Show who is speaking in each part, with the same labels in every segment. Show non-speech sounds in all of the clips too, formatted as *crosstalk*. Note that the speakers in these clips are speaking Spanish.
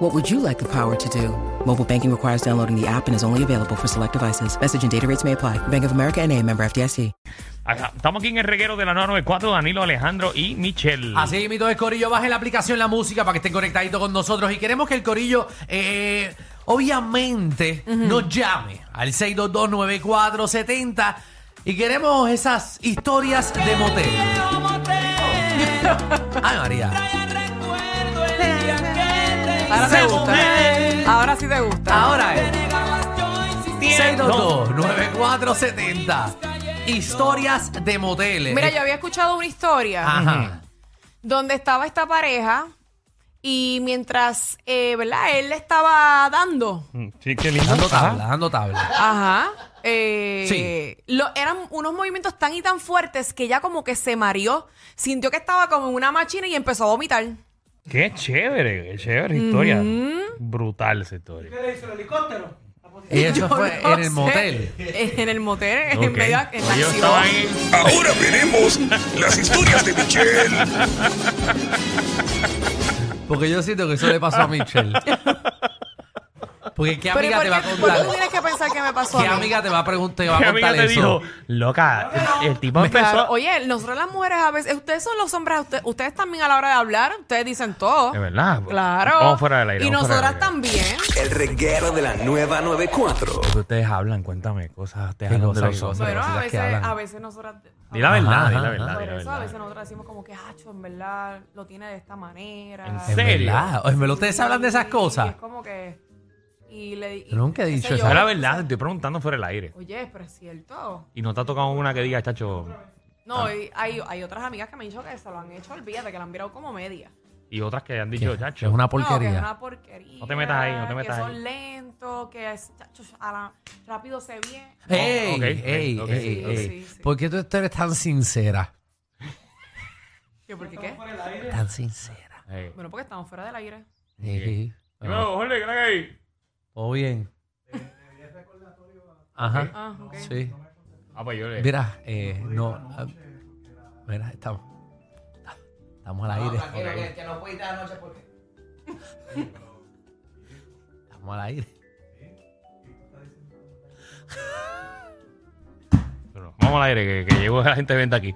Speaker 1: What would you like the power to do? Mobile banking requires downloading the app and is only available for select devices. Message and data rates may apply. Bank of America and a member FDIC.
Speaker 2: Acá, estamos aquí en el reguero de la 994, Danilo, Alejandro y Michelle.
Speaker 3: Ah,
Speaker 4: Así mito el Corillo, baje la aplicación La Música para que estén conectaditos con nosotros. Y queremos que el Corillo, eh, obviamente, nos llame al 6229470 y queremos esas historias de motel. Ay, María.
Speaker 3: Ahora
Speaker 4: Se
Speaker 3: te gusta.
Speaker 4: mueve.
Speaker 3: Ahora sí te gusta.
Speaker 4: Ahora es 6229470. Historias de moteles.
Speaker 3: Mira, yo había escuchado una historia
Speaker 4: Ajá.
Speaker 3: donde estaba esta pareja y mientras, eh, ¿verdad? Él le estaba dando.
Speaker 2: Mm, Sí, qué lindo. Ah,
Speaker 4: Dando
Speaker 2: Ajá.
Speaker 4: tabla, dando tabla.
Speaker 3: Ajá. eh,
Speaker 4: Sí.
Speaker 3: lo- eran unos movimientos tan y tan fuertes que ella como que se mareó, sintió que estaba como en una machina y empezó a vomitar.
Speaker 2: Qué chévere, qué chévere historia. Brutal esa historia.
Speaker 3: *laughs*
Speaker 4: Y eso
Speaker 3: Yo
Speaker 4: fue
Speaker 3: no
Speaker 4: en el
Speaker 3: sé.
Speaker 4: motel.
Speaker 3: *laughs* En el motel,
Speaker 2: Ok.
Speaker 3: *laughs*
Speaker 2: Pues
Speaker 3: en medio de en la
Speaker 2: Yo
Speaker 3: acción.
Speaker 2: estaba ahí.
Speaker 5: Ahora veremos las historias de Michelle.
Speaker 4: Porque yo siento que eso le pasó a
Speaker 2: *laughs*
Speaker 3: *laughs*
Speaker 4: Michelle. Porque qué
Speaker 3: Pero ¿y
Speaker 4: amiga
Speaker 3: por
Speaker 4: te va a
Speaker 3: qué- por qué tú
Speaker 4: contar.
Speaker 3: tienes que pensar que me pasó
Speaker 4: ¿Qué
Speaker 3: a mí?
Speaker 4: amiga te va a preguntar, te va a
Speaker 2: Mi amiga
Speaker 4: contar
Speaker 2: te
Speaker 4: eso?
Speaker 2: dijo, loca, el tipo
Speaker 3: Claro,
Speaker 2: empezó.
Speaker 3: oye, nosotros las mujeres a veces, ustedes son los hombres, usted- ustedes también a la hora de hablar, ustedes dicen todo.
Speaker 2: De verdad. pues,
Speaker 3: Claro.
Speaker 2: Vamos fuera del aire.
Speaker 3: Y
Speaker 2: vamos fuera del
Speaker 3: nosotras
Speaker 2: aire.
Speaker 3: también.
Speaker 5: El reguero de la nueva 94.
Speaker 2: Porque ustedes hablan, cuéntame cosas, te
Speaker 4: Que no te
Speaker 2: de
Speaker 4: lo
Speaker 2: los
Speaker 4: son.
Speaker 2: hombres.
Speaker 3: Bueno,
Speaker 4: cosas
Speaker 3: a
Speaker 4: que
Speaker 3: veces,
Speaker 4: hablan.
Speaker 3: a veces nosotras. Ah,
Speaker 2: Di la verdad,
Speaker 4: Ajá,
Speaker 2: di la
Speaker 4: ajá,
Speaker 2: verdad,
Speaker 3: Por
Speaker 2: di la
Speaker 3: eso a veces
Speaker 2: verdad.
Speaker 3: nosotras decimos como que, hacho, en verdad lo tiene de esta manera.
Speaker 2: ¿En
Speaker 4: En
Speaker 2: serio?
Speaker 4: verdad. En verdad, ustedes
Speaker 3: Sí,
Speaker 4: hablan de esas
Speaker 3: y
Speaker 4: cosas.
Speaker 3: es como que. Y le y-
Speaker 4: Yo nunca he
Speaker 3: qué
Speaker 4: dicho
Speaker 3: sé
Speaker 4: eso.
Speaker 3: yo.
Speaker 2: Es la verdad, te estoy preguntando fuera del aire.
Speaker 3: Oye, pero es cierto.
Speaker 2: Y no te ha tocado una que diga, chacho,
Speaker 3: No,
Speaker 2: Ah.
Speaker 3: y hay, hay otras amigas que me han dicho que se lo han hecho, olvídate, que la han virado como media.
Speaker 2: y otras que han dicho,
Speaker 4: Es
Speaker 2: chacho.
Speaker 4: una
Speaker 3: No, que es
Speaker 4: porquería.
Speaker 3: una porquería.
Speaker 2: No te metas ahí, no te metas
Speaker 3: que
Speaker 2: ahí.
Speaker 3: son lentos, que es, chacho, a la- rápido se viene.
Speaker 4: ¡Ey!
Speaker 2: Ok, ok,
Speaker 4: ¡Ey!
Speaker 2: ok.
Speaker 4: ¡Ey!
Speaker 3: Sí,
Speaker 4: ey.
Speaker 3: sí, sí.
Speaker 4: ¿Por qué tú eres tan sincera?
Speaker 3: ¿Qué, ¿Por qué qué?
Speaker 4: Tan sincera.
Speaker 2: Ey.
Speaker 3: Bueno, porque estamos fuera del aire.
Speaker 4: Ey. Ah,
Speaker 2: Dímelo, Jorge, ¿qué es la que hay?
Speaker 4: ¿Todo bien? Ajá.
Speaker 3: Ah, ok.
Speaker 4: Sí.
Speaker 2: Ah, pues yo le.
Speaker 4: Mira, eh, no. ah, Mira, estamos. Estamos al aire. Estamos al aire.
Speaker 2: Pero Vamos al aire, que, que llegó la gente de venta aquí.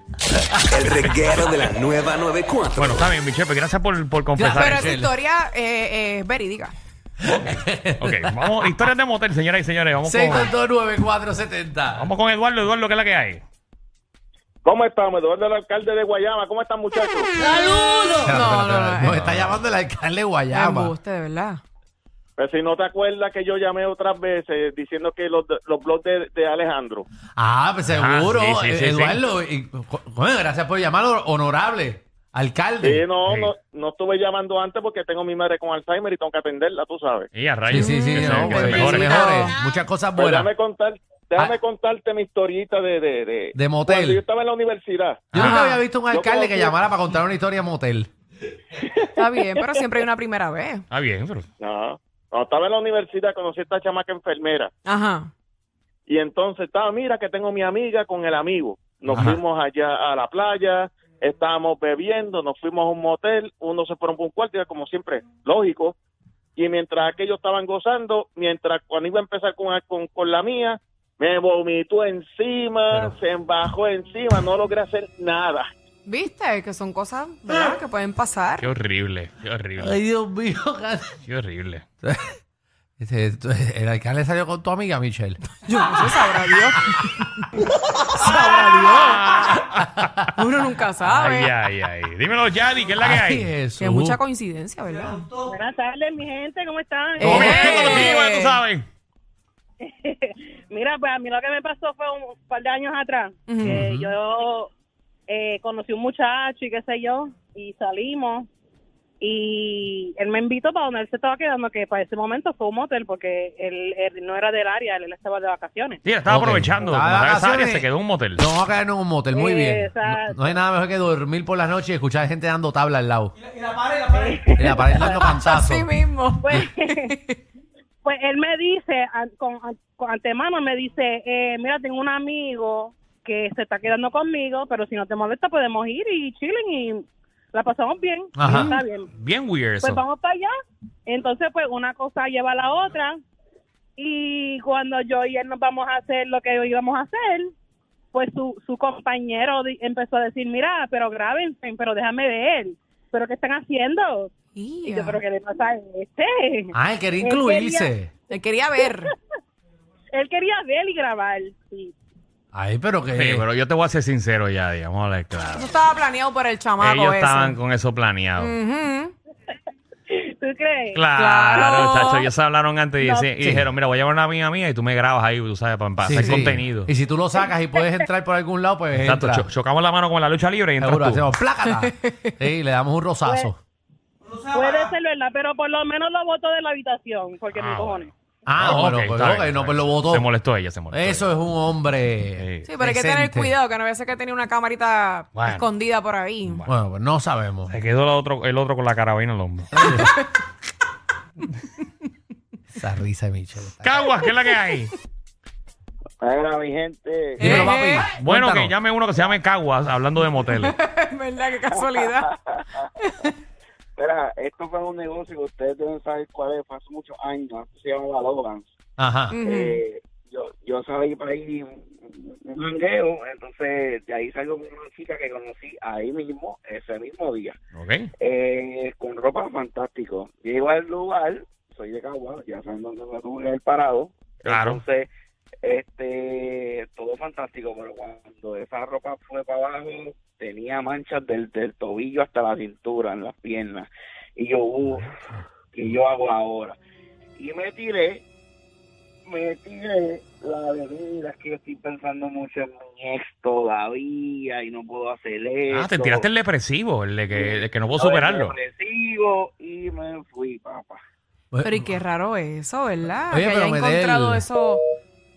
Speaker 5: El reguero de la nueva 94.
Speaker 2: Bueno, está bien, mi chefe, gracias por, por confesar.
Speaker 3: Pero esa
Speaker 2: Michelle.
Speaker 3: historia eh, es verídica.
Speaker 2: Ok, vamos, historias de motel, señoras y señores. Vamos con,
Speaker 4: 6229470.
Speaker 2: vamos con Eduardo, Eduardo, ¿qué es la que hay?
Speaker 6: ¿Cómo estamos? Eduardo, el alcalde de Guayama. ¿Cómo están, muchachos?
Speaker 3: ¡Saludos! No, no,
Speaker 4: Nos
Speaker 3: no.
Speaker 4: está llamando el alcalde de
Speaker 3: Me
Speaker 4: Guayama.
Speaker 3: embuste, de verdad.
Speaker 6: Pues si no te acuerdas que yo llamé otras veces diciendo que los, los blogs de, de Alejandro.
Speaker 4: Ah, pues seguro.
Speaker 2: Ah, sí, sí, sí,
Speaker 4: Eduardo, y- bueno, gracias por llamarlo, honorable
Speaker 6: Sí,
Speaker 4: alcalde.
Speaker 6: no,
Speaker 2: Sí.
Speaker 6: no, no estuve llamando antes porque tengo a mi madre con Alzheimer y tengo que atenderla, tú sabes.
Speaker 2: Y a
Speaker 4: Sí,
Speaker 2: rayos.
Speaker 4: sí, sí.
Speaker 2: que se-
Speaker 4: no,
Speaker 2: que se
Speaker 4: pues,
Speaker 2: mejore.
Speaker 3: mejor.
Speaker 4: mejores. Muchas cosas
Speaker 6: Pues
Speaker 4: buenas.
Speaker 6: déjame, contar, déjame
Speaker 4: Ah.
Speaker 6: contarte mi historita de... De, de,
Speaker 4: De motel.
Speaker 6: Cuando yo estaba en la universidad.
Speaker 4: Yo
Speaker 2: Ajá.
Speaker 4: nunca había visto un
Speaker 6: Yo
Speaker 4: alcalde que
Speaker 6: conocí-
Speaker 4: llamara para contar una historia en motel.
Speaker 3: Está bien, pero siempre hay una primera vez.
Speaker 2: Ah, bien, pero.
Speaker 6: No, cuando estaba en la universidad conocí a esta chamaca enfermera.
Speaker 3: Ajá.
Speaker 6: Y entonces estaba, mira que tengo mi amiga con el amigo. Nos
Speaker 2: Ajá.
Speaker 6: fuimos allá a la playa, estábamos bebiendo, nos fuimos a un motel, uno se fueron por un cuarto, y como siempre, lógico. Y mientras aquellos estaban gozando, mientras cuando iba a empezar con, con, con la mía, me vomitó encima,
Speaker 4: Pero-
Speaker 6: se embajó encima, no logré hacer nada.
Speaker 3: ¿Viste? Que son cosas ¿verdad? que pueden pasar.
Speaker 2: Qué horrible, qué horrible,
Speaker 4: Ay, Dios mío.
Speaker 2: qué horrible.
Speaker 4: Este, esto- El alcalde salió con tu amiga, Michelle.
Speaker 3: Yo no sé, sabrá Dios. sabrá Dios. Uno nunca
Speaker 2: Ay,
Speaker 3: sabe.
Speaker 2: ay, ay. Dímelo, Yadi, ¿qué es la que
Speaker 4: Ay,
Speaker 2: hay?
Speaker 4: Jesús.
Speaker 3: Que es mucha coincidencia, ¿verdad?
Speaker 7: Buenas tardes, mi gente, ¿cómo están?
Speaker 3: Eh.
Speaker 2: Como bien,
Speaker 3: Eh.
Speaker 2: contigo, ya tú sabes.
Speaker 7: Mira, pues a mí lo que me pasó fue un par de años atrás.
Speaker 3: Ujú.
Speaker 7: que yo eh, conocí un muchacho y qué sé yo, y salimos. y él me invitó para donde él se estaba quedando, que para ese momento fue un motel porque él, él no era del área, él estaba de vacaciones.
Speaker 2: Sí, estaba
Speaker 4: Ok.
Speaker 2: aprovechando.
Speaker 4: Estaba de
Speaker 2: Como estaba esa área,
Speaker 4: vacaciones.
Speaker 2: se quedó en un motel.
Speaker 4: No vamos a caer en un motel, muy bien. No,
Speaker 7: Exacto.
Speaker 4: no hay nada mejor que dormir por la noche y escuchar gente dando tabla al lado. Y la pared, la pared. Y la pared dando cantazos.
Speaker 3: *laughs* Así mismo.
Speaker 7: Pues, pues él me dice, an- con, an- con antemano me dice, eh, mira, tengo un amigo que se está quedando conmigo, pero si no te molesta podemos ir y chillen y la pasamos bien. Y
Speaker 4: Ajá.
Speaker 7: Está bien.
Speaker 2: Bien weird eso.
Speaker 7: Pues vamos para allá. Entonces, pues una cosa lleva a la otra. Y cuando yo y él nos vamos a hacer lo que íbamos a hacer, pues su, su compañero di- empezó a decir, mira, pero grábense, pero déjame ver, pero ¿qué están haciendo? Y yo, pero ¿qué le pasa a este?
Speaker 4: Ah,
Speaker 7: Él
Speaker 4: él quería
Speaker 7: quería-
Speaker 4: incluirse.
Speaker 3: Te quería ver.
Speaker 7: Él quería ver y grabar. Sí.
Speaker 4: Ay, pero que.
Speaker 2: Sí, pero yo te voy a ser sincero ya, digamos, la-
Speaker 3: Eso
Speaker 2: claro.
Speaker 3: estaba planeado para el chamaco
Speaker 2: Ellos
Speaker 3: ese.
Speaker 2: estaban con eso planeado.
Speaker 3: Ujú.
Speaker 7: ¿Tú crees?
Speaker 2: Claro,
Speaker 3: Claro.
Speaker 2: chacho, ellos se hablaron antes y,
Speaker 7: No.
Speaker 2: dice- y
Speaker 4: Sí.
Speaker 2: dijeron, mira, voy a llamar a una amiga mía y tú me grabas ahí, tú sabes, para, para
Speaker 4: Sí,
Speaker 2: hacer
Speaker 4: sí.
Speaker 2: contenido.
Speaker 4: Y si tú lo sacas y puedes entrar por algún lado, pues
Speaker 2: Exacto,
Speaker 4: entra.
Speaker 2: cho- chocamos la mano con la lucha libre y entras
Speaker 4: Seguro,
Speaker 2: tú.
Speaker 4: hacemos
Speaker 3: *laughs*
Speaker 4: plácata. Sí, le damos un rosazo.
Speaker 3: Pues-
Speaker 7: Puede ser verdad, pero por lo menos lo voto de la habitación, porque
Speaker 2: Ah,
Speaker 7: me cojones.
Speaker 4: Ah,
Speaker 2: ok,
Speaker 4: bueno, pues,
Speaker 2: está
Speaker 4: ok,
Speaker 2: bien,
Speaker 4: no,
Speaker 2: está
Speaker 4: pues lo
Speaker 2: bien.
Speaker 4: votó.
Speaker 2: Se molestó ella, se molestó.
Speaker 4: Eso es un hombre.
Speaker 2: Sí.
Speaker 3: Sí, pero hay que tener
Speaker 4: decente.
Speaker 3: cuidado, que no veces que tenía una camarita
Speaker 2: Bueno.
Speaker 3: escondida por ahí.
Speaker 4: Bueno, pues no sabemos.
Speaker 2: Se quedó el otro, el otro con la carabina en el hombro.
Speaker 4: Esa risa de Michelle.
Speaker 2: Caguas, ¿qué es la que
Speaker 4: *laughs*
Speaker 2: hay?
Speaker 6: Mira, mi gente.
Speaker 4: Dímelo,
Speaker 3: Eh,
Speaker 4: papi.
Speaker 2: Bueno, que
Speaker 4: cuéntanos.
Speaker 2: llame uno que se llame Caguas, hablando de
Speaker 4: *laughs*
Speaker 2: moteles.
Speaker 3: *laughs* ¿Verdad? Qué casualidad.
Speaker 6: Mira, esto fue un negocio que ustedes deben saber cuál es, fue hace muchos años, se llamaba Logan.
Speaker 4: Ajá.
Speaker 3: Ujú.
Speaker 6: Eh, yo, yo salí por ahí un un jangueo, entonces de ahí salió una chica que conocí ahí mismo, ese mismo día,
Speaker 2: ¿Ok?
Speaker 6: eh, con ropa fantástico. Llego al lugar, soy de Cagua, ya saben dónde me tuve que haber parado.
Speaker 2: Claro.
Speaker 6: Entonces, este, todo fantástico, pero cuando esa ropa fue para abajo, tenía manchas del, del tobillo hasta la cintura, en las piernas. Y yo, uff, ¿qué yo hago ahora? Y me tiré, me tiré, la verdad es que yo estoy pensando mucho en mi ex todavía y no puedo hacer eso.
Speaker 2: Ah, te tiraste el depresivo, el de que, el que no puedo
Speaker 6: Estaba
Speaker 2: superarlo.
Speaker 6: depresivo y me fui, papá.
Speaker 4: Pues,
Speaker 3: Pero y qué raro eso, ¿verdad?
Speaker 4: Oye,
Speaker 3: que
Speaker 4: pero
Speaker 3: haya
Speaker 4: me dé
Speaker 3: encontrado
Speaker 4: el-
Speaker 3: eso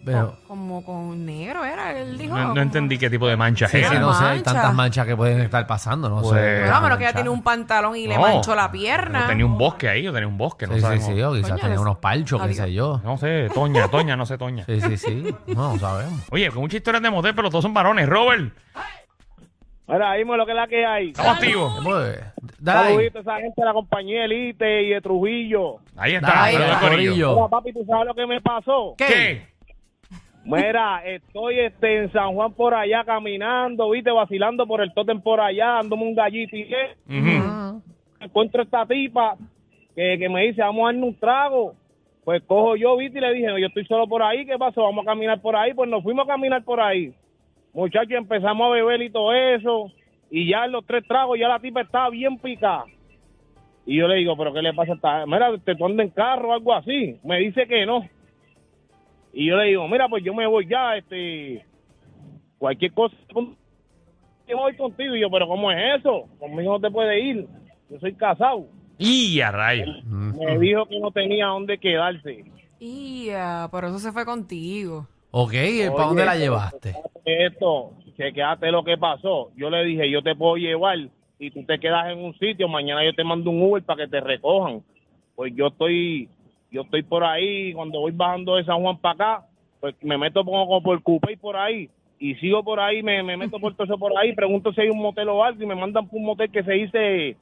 Speaker 4: Pero-
Speaker 3: co- como con negro, ¿era? Él dijo.
Speaker 2: No, no
Speaker 3: como-
Speaker 2: entendí qué tipo de mancha
Speaker 4: Sí,
Speaker 2: era.
Speaker 4: sí, no sé, hay
Speaker 3: mancha.
Speaker 4: tantas manchas que pueden estar pasando, no sé.
Speaker 2: Pues-
Speaker 3: Bueno, a menos que ella tiene un pantalón y le manchó la
Speaker 2: Yo
Speaker 3: pierna.
Speaker 2: tenía un bosque ahí, yo tenía un bosque, no
Speaker 4: Sí, sí,
Speaker 2: sabemos.
Speaker 4: sí, o quizás
Speaker 3: Coño,
Speaker 4: tenía
Speaker 3: les-
Speaker 4: unos palchos, qué sé yo.
Speaker 2: No sé, Toña, Toña, no sé, Toña.
Speaker 4: Sí,
Speaker 2: *laughs*
Speaker 4: sí, sí. No, no sabemos.
Speaker 2: Oye, con muchas historias de motel, pero todos son varones. Robert,
Speaker 8: Mira, ahimos lo que es la que hay.
Speaker 2: estamos activos.
Speaker 4: Pues, dale ahí.
Speaker 8: Saludito a esa gente de la compañía Elite y de Trujillo.
Speaker 2: Ahí está,
Speaker 4: Dale,
Speaker 2: saludos,
Speaker 4: ahí,
Speaker 2: corillo.
Speaker 8: Mira,
Speaker 4: corillo.
Speaker 8: papi, ¿tú sabes lo que me pasó?
Speaker 2: ¿Qué?
Speaker 8: Mira, estoy este, en San Juan por allá caminando, viste, vacilando por el tótem por allá, dándome un gallito y qué.
Speaker 2: Ujú.
Speaker 8: Encuentro esta tipa que, que me dice, vamos a darnos un trago. Pues cojo yo, viste, y le dije, no, yo estoy solo por ahí, ¿qué pasó? Vamos a caminar por ahí. Pues nos fuimos a caminar por ahí. Muchachos, empezamos a beber y todo eso. Y ya en los tres tragos, ya la tipa estaba bien picada. Y yo le digo, ¿pero qué le pasa a esta? Mira, te ponen en carro o algo así. Me dice que no. Y yo le digo, mira, pues yo me voy ya, este. Cualquier cosa. Yo me voy contigo. Y yo, ¿pero cómo es eso? Conmigo no te puede ir. Yo soy casado.
Speaker 2: Y a rayos.
Speaker 8: Me dijo que no tenía dónde quedarse.
Speaker 3: Ia, ah, por eso se fue contigo.
Speaker 4: Ok, ¿y para dónde la llevaste?
Speaker 8: Esto, chequeate lo que pasó. Yo le dije, yo te puedo llevar y tú te quedas en un sitio. Mañana yo te mando un Uber para que te recojan. Pues yo estoy, yo estoy por ahí. Cuando voy bajando de San Juan para acá, pues me meto como por Cupey por ahí. Y sigo por ahí, me, me meto por todo eso por ahí. Pregunto si hay un motel o algo y me mandan por un motel que se dice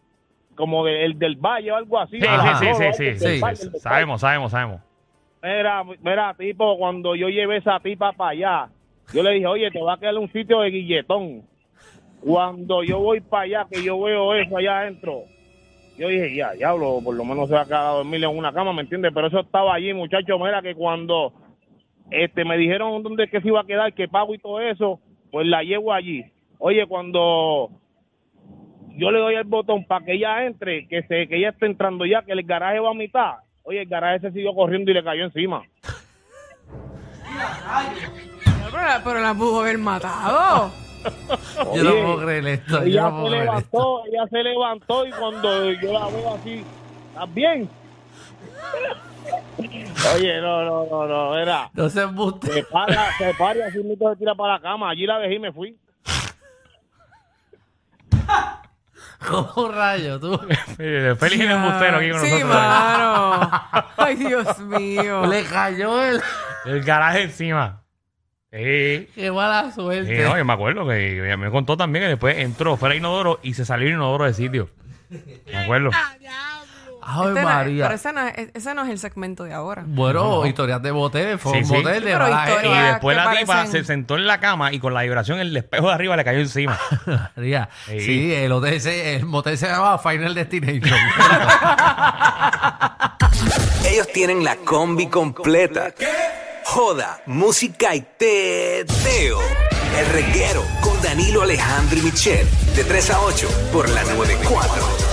Speaker 8: como de- el del Valle o algo así. Ah,
Speaker 2: Sí,
Speaker 4: Ajá.
Speaker 2: sí, sí, sí,
Speaker 8: Del
Speaker 2: sí,
Speaker 8: Valle,
Speaker 2: sí,
Speaker 8: del Valle.
Speaker 2: Sabemos, sabemos, sabemos.
Speaker 8: Mira, mira, tipo, cuando yo llevé esa tipa para allá, yo le dije, oye, te va a quedar un sitio de guilletón. Cuando yo voy para allá, que yo veo eso allá adentro, yo dije, ya, diablo, por lo menos se va a quedar a dormir en una cama, ¿me entiendes? Pero eso estaba allí, muchacho, mira, que cuando este me dijeron dónde es que se iba a quedar, que pago y todo eso, pues la llevo allí. Oye, cuando yo le doy el botón para que ella entre, que se que ella esté entrando ya, que el garaje va a mitad. Oye, el garaje se siguió corriendo y le cayó encima.
Speaker 3: Pero, la- pero la pudo haber matado.
Speaker 4: Yo no puedo creer esto. Yo
Speaker 8: Ella
Speaker 4: no
Speaker 8: se
Speaker 4: puedo creer esto.
Speaker 8: levantó, ella se levantó y cuando yo la veo así, ¿estás bien? Oye, no, no, no, no, era.
Speaker 4: No se embuste. *laughs*
Speaker 8: Se para, se para y así mismo se tira para la cama. Allí la dejé y me fui.
Speaker 4: ¿Cómo
Speaker 2: *laughs*
Speaker 4: rayo tú?
Speaker 2: Mire, Félix es el embustero aquí con
Speaker 3: Sí,
Speaker 2: nosotros. ¿eh?
Speaker 3: mano. Ay, Dios mío.
Speaker 4: Le cayó el...
Speaker 2: El garaje encima. Sí.
Speaker 4: Qué mala
Speaker 2: Sí,
Speaker 4: suerte.
Speaker 2: no, yo me acuerdo que ella me contó también que después entró fuera de inodoro y se salió el inodoro de sitio. Me acuerdo.
Speaker 4: *laughs* Ay,
Speaker 3: Este no-
Speaker 4: María.
Speaker 3: pero ese no, es- ese no es el segmento de ahora.
Speaker 4: Bueno, historias de motel, fue
Speaker 2: Sí,
Speaker 4: un
Speaker 2: sí.
Speaker 4: motel de
Speaker 3: Pero
Speaker 4: mala
Speaker 2: Y
Speaker 3: historia-
Speaker 2: después
Speaker 3: que
Speaker 2: la tipa
Speaker 3: parecen-
Speaker 2: se sentó en la cama y con la vibración el espejo de arriba le cayó encima.
Speaker 4: gente, María. Sí,
Speaker 2: Sí.
Speaker 4: el, hotel se- el motel se llamaba Final Destination.
Speaker 9: Ellos tienen la combi completa. Joda, música y teo. El reguero con Danilo Alejandro y Michel. De 3 a 8 por la 94.